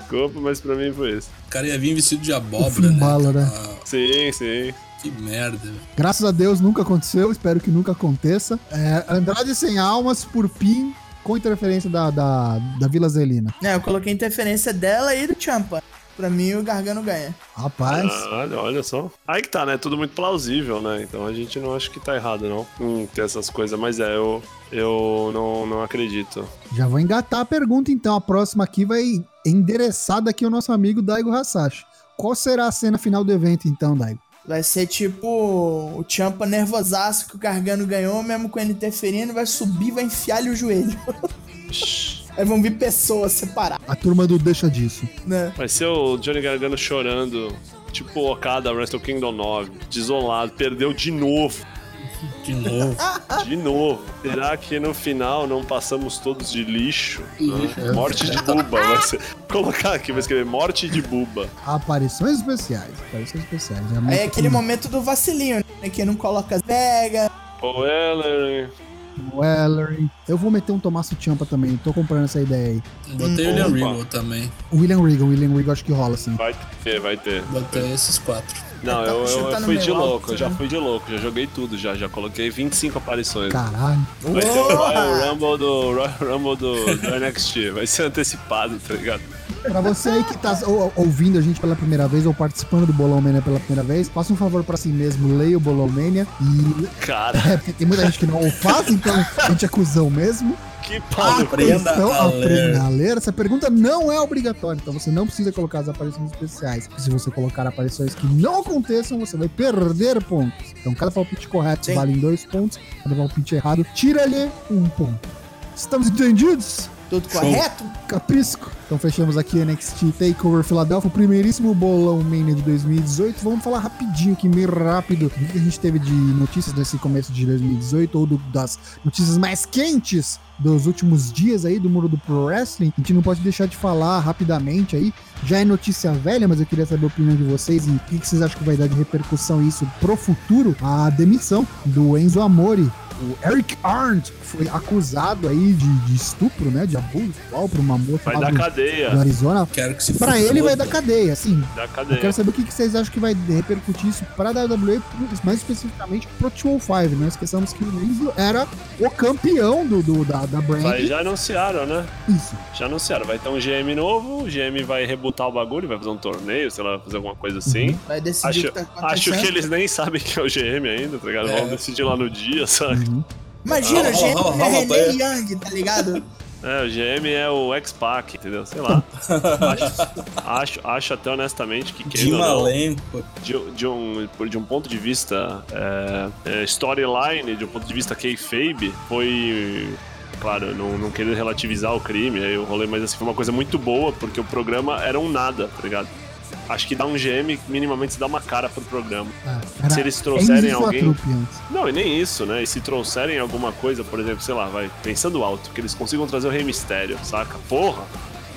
Speaker 4: Desculpa, mas pra mim foi isso.
Speaker 2: O cara ia vir vestido de
Speaker 1: O
Speaker 2: abóbora,
Speaker 1: Finn
Speaker 2: né?
Speaker 1: Balor, né?
Speaker 2: Ah,
Speaker 4: Sim, sim.
Speaker 2: que merda. velho.
Speaker 1: Graças a Deus nunca aconteceu, espero que nunca aconteça. É, Andrade sem almas por PIN com interferência da, da, da Vila Zelina.
Speaker 3: Não, É, eu coloquei interferência dela e do Champa. Pra mim, o Gargano ganha.
Speaker 1: Rapaz.
Speaker 4: Caralho, Ah, olha só. Aí que tá, né? Tudo muito plausível, né? Então a gente não acha que tá errado, não. Hum, ter essas coisas, mas é, eu, eu não, não acredito.
Speaker 1: Já vou engatar a pergunta, então. A próxima aqui vai endereçada aqui ao nosso amigo Daigo Hassashi. Qual será a cena final do evento, então, Daigo?
Speaker 3: Vai ser tipo o Champa nervosaço que o Gargano ganhou, mesmo com ele interferindo, vai subir, vai enfiar-lhe o joelho. Aí vão vir pessoas separar,
Speaker 1: A turma do Deixa Disso.
Speaker 3: né?
Speaker 4: Vai ser o Johnny Gargano chorando, tipo o Okada Wrestle Kingdom 9, desolado, perdeu de novo.
Speaker 2: De novo.
Speaker 4: De novo. Será que no final não passamos todos de lixo? né? Morte de buba. Vai ser... Colocar aqui, vai escrever morte de buba.
Speaker 1: Aparições especiais. Aparições especiais. Já
Speaker 3: Aí
Speaker 1: mostra
Speaker 3: é aquele
Speaker 1: tudo.
Speaker 3: momento do vacilinho, né? Que não coloca as vegas.
Speaker 4: Paul Ellery.
Speaker 1: Wellery. Eu vou meter um Tommaso Ciampa também. Tô comprando essa ideia aí.
Speaker 2: Botei o Leon
Speaker 4: Opa.
Speaker 2: Regal também.
Speaker 1: O William Regal. o William Regal acho que rola, assim.
Speaker 4: Vai ter, vai ter.
Speaker 2: Botei esses quatro.
Speaker 4: Não, eu, eu- eu
Speaker 3: Tá chutando
Speaker 4: fui
Speaker 3: meio
Speaker 4: de
Speaker 3: alto,
Speaker 4: louco, eu já
Speaker 3: né?
Speaker 4: fui de louco, já joguei tudo já, já coloquei 25 aparições.
Speaker 1: Caralho.
Speaker 4: Vai ser o Royal
Speaker 3: Porra!
Speaker 4: Rumble do, Royal Rumble do, do NXT, vai ser antecipado, tá ligado?
Speaker 1: Pra você aí que tá ou- ouvindo a gente pela primeira vez ou participando do Bolão Mania pela primeira vez, faça um favor pra si mesmo, leia o Bolão Mania e...
Speaker 4: Cara,
Speaker 1: É, porque tem muita gente que não faz, então a gente é cuzão mesmo.
Speaker 4: que pau no cu.
Speaker 2: Aprenda
Speaker 1: então,
Speaker 2: a ler.
Speaker 1: aprenda a ler. Essa pergunta não é obrigatória, então você não precisa colocar as aparições especiais. Se você colocar aparições que não aconteçam, você vai perder pontos. Então, cada palpite correto
Speaker 3: Sim.
Speaker 1: vale em dois pontos, cada palpite errado tira-lhe um ponto. Estamos entendidos?
Speaker 3: Tudo
Speaker 2: Show.
Speaker 3: correto?
Speaker 1: Capisco. Então fechamos aqui a NXT Takeover Philadelphia, o primeiríssimo bolão Mania de 2018. Vamos falar rapidinho aqui, meio rápido, o que a gente teve de notícias nesse começo de 2018 ou do- das notícias mais quentes dos últimos dias aí do mundo do Pro Wrestling, a gente não pode deixar de falar rapidamente aí. Já é notícia velha, mas eu queria saber a opinião de vocês e o que que vocês acham que vai dar de repercussão isso pro futuro, a demissão do Enzo Amore. O Eric Arndt foi acusado aí de, de estupro, né? De abuso sexual pra uma moça
Speaker 4: Vai
Speaker 1: lá
Speaker 4: dar
Speaker 1: do, do
Speaker 4: cadeia.
Speaker 1: Arizona.
Speaker 2: Quero que se
Speaker 1: Pra
Speaker 2: foda.
Speaker 1: ele vai dar cadeia, sim.
Speaker 4: Dá
Speaker 1: Eu quero
Speaker 4: cadeia.
Speaker 1: saber o que que vocês acham que vai repercutir isso pra WWE, mais especificamente pro 205. Não esqueçamos né? que o Enzo era o campeão do, do- da, da brand.
Speaker 4: Mas já anunciaram, né?
Speaker 1: Isso.
Speaker 4: Já anunciaram. Vai ter um GM novo, o GM vai rebutar o bagulho, vai fazer um torneio, sei lá, vai fazer alguma coisa assim.
Speaker 3: Vai decidir o
Speaker 4: Acho,
Speaker 3: que tá acontecendo.
Speaker 4: acho que eles nem sabem que é o GM ainda, tá ligado?
Speaker 2: É.
Speaker 4: Vão decidir lá no dia, sabe?
Speaker 1: Uhum.
Speaker 3: Imagina,
Speaker 2: Ah,
Speaker 3: gente,
Speaker 2: ah, ah,
Speaker 3: é René
Speaker 2: rapaz.
Speaker 3: Young, tá ligado?
Speaker 4: É, o GM é o X-Pac, entendeu? Sei lá. acho, acho, acho até honestamente que quem um
Speaker 2: De malenco.
Speaker 4: de, de um, por- de um ponto de vista é, é, storyline, de um ponto de vista kayfabe, foi... Claro, não, não querendo relativizar o crime, aí o rolê, mas assim, foi uma coisa muito boa, porque o programa era um nada, tá ligado? Acho que dar um GM minimamente dá uma cara pro programa.
Speaker 1: Ah, era
Speaker 4: Se eles trouxerem
Speaker 1: Enzo
Speaker 4: alguém-
Speaker 1: Quatrupi antes.
Speaker 4: Não, e nem isso, né? E se trouxerem alguma coisa, por exemplo, sei lá, vai pensando alto, que eles consigam trazer o Rei Mistério, saca? Porra!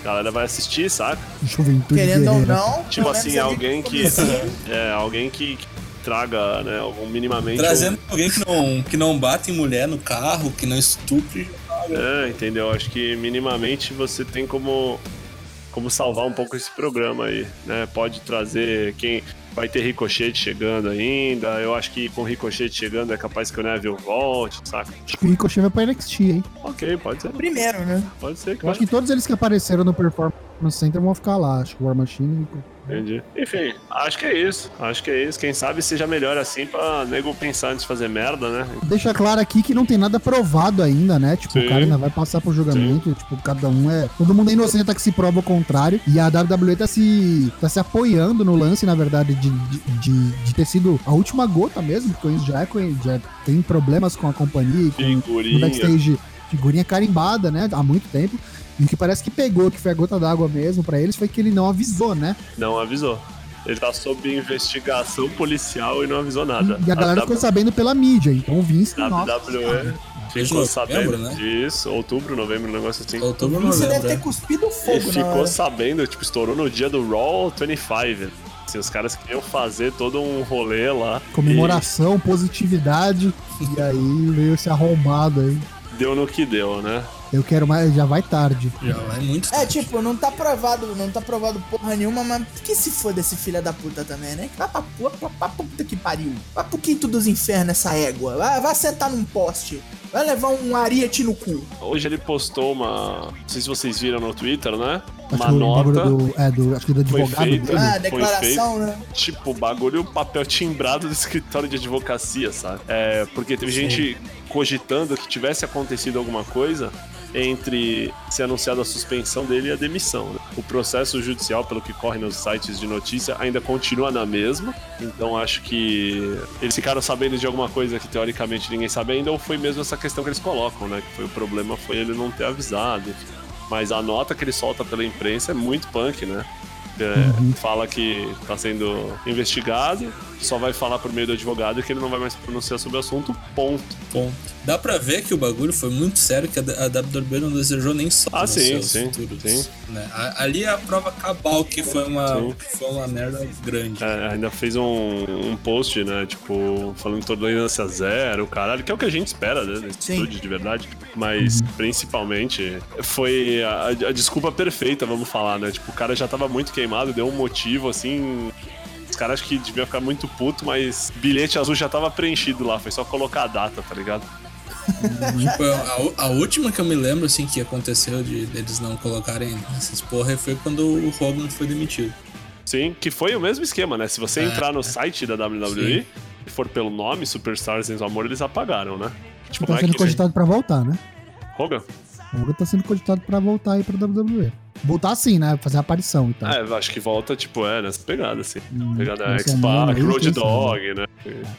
Speaker 4: A galera vai assistir, saca?
Speaker 1: Juventude
Speaker 3: Querendo ou
Speaker 1: guerreira.
Speaker 3: não. pelo
Speaker 4: Tipo
Speaker 3: menos
Speaker 4: assim,
Speaker 3: ali
Speaker 4: alguém
Speaker 3: no
Speaker 4: que.
Speaker 3: comecinho,
Speaker 4: É, alguém que, que traga, né, algum minimamente.
Speaker 2: Trazendo alguém que não, que não bate em mulher no carro, que não estupre.
Speaker 4: um- É, entendeu? Acho que minimamente você tem como. Como salvar um pouco esse programa aí, né? Pode trazer quem. Vai ter ricochete chegando ainda. Eu acho que com ricochete chegando é capaz que o Neville volte, saca?
Speaker 1: Acho que o Ricochet vai pra NXT, hein?
Speaker 4: Ok, pode ser.
Speaker 3: Primeiro, né?
Speaker 4: Pode ser,
Speaker 1: Eu
Speaker 4: claro.
Speaker 1: acho que todos eles que apareceram no Performance Center vão ficar lá. Acho que o War Machine.
Speaker 4: Entendi. Enfim, acho que é isso. Acho que é isso. Quem sabe seja melhor assim pra nego pensar antes de fazer merda, né?
Speaker 1: Deixa claro aqui que não tem nada provado ainda, né? Tipo,
Speaker 4: Sim.
Speaker 1: o cara ainda vai passar pro julgamento. Tipo, cada um é. Todo mundo é inocente até que se prova o contrário. E a WWE tá se, tá se apoiando no lance, na verdade, de, de, de- de ter sido a última gota mesmo, porque o Enzo já, é conhe- já tem problemas com a companhia e com no
Speaker 4: Figurinha.
Speaker 1: backstage figurinha carimbada, né? Há muito tempo. E o que parece que pegou, que foi a gota d'água mesmo pra eles, foi que ele não avisou, né?
Speaker 4: Não avisou. Ele tá sob investigação policial e não avisou nada.
Speaker 1: E a galera ficou sabendo pela mídia. Então o Vince, nossa.
Speaker 4: WWE
Speaker 2: Desde novembro,
Speaker 4: ficou sabendo
Speaker 2: né?
Speaker 4: disso, outubro, novembro, um negócio assim.
Speaker 2: Outubro,
Speaker 3: Você deve
Speaker 2: novembro.
Speaker 3: ter
Speaker 2: é.
Speaker 3: cuspido
Speaker 4: E
Speaker 3: fogo, na
Speaker 4: ficou
Speaker 3: hora.
Speaker 4: sabendo, tipo, estourou no dia do Raw 25. Assim, os caras queriam fazer todo um rolê lá.
Speaker 1: Comemoração, positividade. E aí veio esse arrombado aí.
Speaker 4: E deu no que deu, né?
Speaker 1: Eu quero mais, já vai tarde.
Speaker 2: Já vai muito
Speaker 3: É,
Speaker 2: tarde.
Speaker 3: tipo, não tá provado, não tá provado porra nenhuma, mas que se foda esse filho da puta também, né? Vai pra, pu- pra, pra puta que pariu. Vai pro quinto dos infernos essa égua. Vai, vai sentar num poste. Vai levar um ariete no cu.
Speaker 4: Hoje ele postou uma. Não sei se vocês viram no Twitter, né?
Speaker 1: Acho
Speaker 4: Uma
Speaker 1: que o bagulho
Speaker 4: nota.
Speaker 1: do, é, do, acho que do
Speaker 4: foi
Speaker 1: advogado
Speaker 4: feito.
Speaker 1: dele.
Speaker 3: Ah,
Speaker 4: Foi
Speaker 3: declaração, né?
Speaker 4: Tipo, bagulho, papel timbrado do escritório de advocacia, sabe? É, porque teve gente cogitando que tivesse acontecido alguma coisa entre ser anunciada a suspensão dele e a demissão. né? O processo judicial, pelo que corre nos sites de notícia, ainda continua na mesma. Então acho que eles ficaram sabendo de alguma coisa que teoricamente ninguém sabe ainda, ou foi mesmo essa questão que eles colocam, né? Que foi o problema foi ele não ter avisado. enfim. Mas a nota que ele solta pela imprensa é muito punk, né? É, Fala que tá sendo investigado, só vai falar por meio do advogado que ele não vai mais se pronunciar sobre o assunto, ponto.
Speaker 2: Ponto. Dá pra ver que o bagulho foi muito sério, que a a WWE não desejou nem só
Speaker 4: Ah,
Speaker 2: nos
Speaker 4: sim,
Speaker 2: seus
Speaker 4: sim,
Speaker 2: futuros,
Speaker 4: sim.
Speaker 2: né? A- Ali é a prova cabal que foi uma,
Speaker 4: Sim.
Speaker 2: que foi uma merda grande.
Speaker 4: É, ainda fez um, um post, né? Tipo, falando de tolerância zero, caralho, que é o que a gente espera, né? Nesse
Speaker 3: Sim.
Speaker 4: estúdio, de verdade. Mas, principalmente, foi a, a desculpa perfeita, vamos falar, né? Tipo, o cara já tava muito queimado, deu um motivo, assim. Os caras acho que devia ficar muito puto, mas bilhete azul já tava preenchido lá, foi só colocar a data, tá ligado?
Speaker 2: Tipo, a, a última que eu me lembro, assim, que aconteceu de deles não colocarem essas porra foi quando o Hogan foi demitido.
Speaker 4: Sim, que foi o mesmo esquema, né? Se você entrar no site da WWE
Speaker 2: Sim.
Speaker 4: e for pelo nome Superstars Enzo Amor, eles apagaram, né? Tipo,
Speaker 1: Tá
Speaker 4: não é que
Speaker 1: sendo cogitado pra voltar, né?
Speaker 4: Hogan?
Speaker 1: O Hogan tá sendo cogitado pra voltar aí pra WWE. Voltar assim, né? Fazer uma aparição e tal.
Speaker 4: É, eu acho que volta, tipo, é, nessa pegada, assim.
Speaker 1: Hum,
Speaker 4: Pegada
Speaker 1: esse anime
Speaker 4: X-Pac,
Speaker 1: aí,
Speaker 4: Road
Speaker 1: quem
Speaker 4: Dog, né?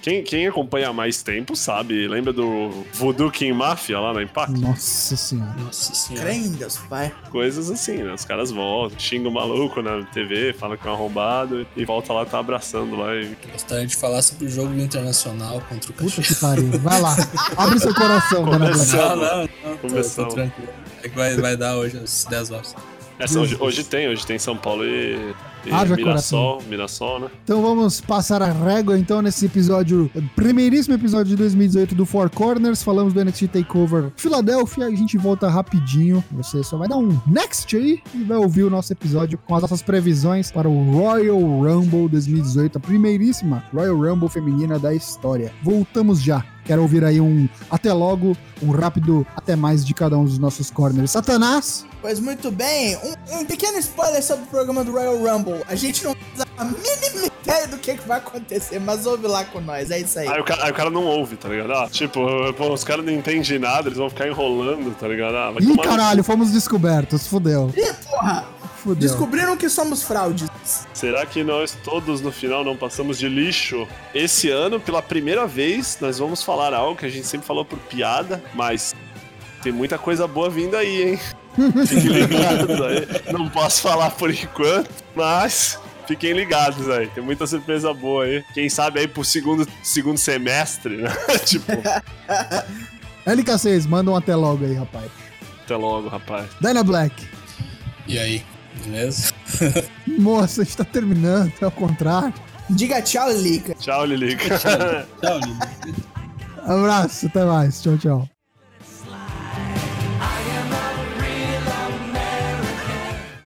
Speaker 4: Quem, quem acompanha há mais tempo sabe. Lembra do Voodoo King Mafia lá na Impact?
Speaker 1: sabe? Nossa senhora.
Speaker 2: Nossa senhora.
Speaker 3: Crê em Deus, pai.
Speaker 4: Coisas assim, né? Os caras voltam, xingam o maluco na TV, falam que é um arrombado e volta lá, tá abraçando lá. E...
Speaker 2: Gostaria de falar sobre o jogo internacional contra o
Speaker 1: Puta
Speaker 2: Caxias.
Speaker 1: que pariu. Vai lá. Abre seu coração, dona
Speaker 4: Começa.
Speaker 1: Black.
Speaker 2: Não, não, não. Tô, tô
Speaker 4: Começamos.
Speaker 2: tranquilo. É que vai, vai dar hoje às 10 horas.
Speaker 4: Essa hoje, hoje tem, hoje tem São Paulo e, e
Speaker 1: Haja
Speaker 4: Mirassol, Mirassol, né?
Speaker 1: Então vamos passar a régua então nesse episódio, primeiríssimo episódio de 2018 do Four Corners. Falamos do NXT Takeover Filadélfia. A gente volta rapidinho. Você só vai dar um next aí e vai ouvir o nosso episódio com as nossas previsões para o Royal Rumble 2018, a primeiríssima Royal Rumble feminina da história. Voltamos já. Quero ouvir aí um até logo, um rápido até mais de cada um dos nossos corners. Satanás,
Speaker 3: Pois muito bem, um, um pequeno spoiler sobre o programa do Royal Rumble. A gente não faz a mínima ideia do que, que vai acontecer, mas ouve lá com nós, é isso aí.
Speaker 4: Aí o, cara, aí o cara não ouve, tá ligado? Ah, tipo, pô, os caras não entendem nada, eles vão ficar enrolando, tá ligado? Ah, vai
Speaker 1: Ih,
Speaker 4: tomar no
Speaker 1: caralho, fomos descobertos. Fudeu.
Speaker 3: Ih, porra!
Speaker 1: Fudeu.
Speaker 3: Descobriram que somos fraudes.
Speaker 4: Será que nós todos no final não passamos de lixo? Esse ano, pela primeira vez, nós vamos falar algo que a gente sempre falou por piada, mas tem muita coisa boa vindo aí, hein? Fiquem ligados aí. Não posso falar por enquanto, mas fiquem ligados aí. Tem muita surpresa boa aí. Quem sabe aí pro segundo, segundo semestre, né? tipo,
Speaker 1: LK6, manda um até logo aí, rapaz.
Speaker 4: até logo, rapaz.
Speaker 1: Dyna Black.
Speaker 2: E aí, beleza?
Speaker 1: Moça, a gente tá terminando, é o contrário.
Speaker 3: Diga tchau, Lica.
Speaker 4: Tchau, Lilica.
Speaker 2: Tchau, Lili.
Speaker 1: Abraço, até mais. Tchau, tchau.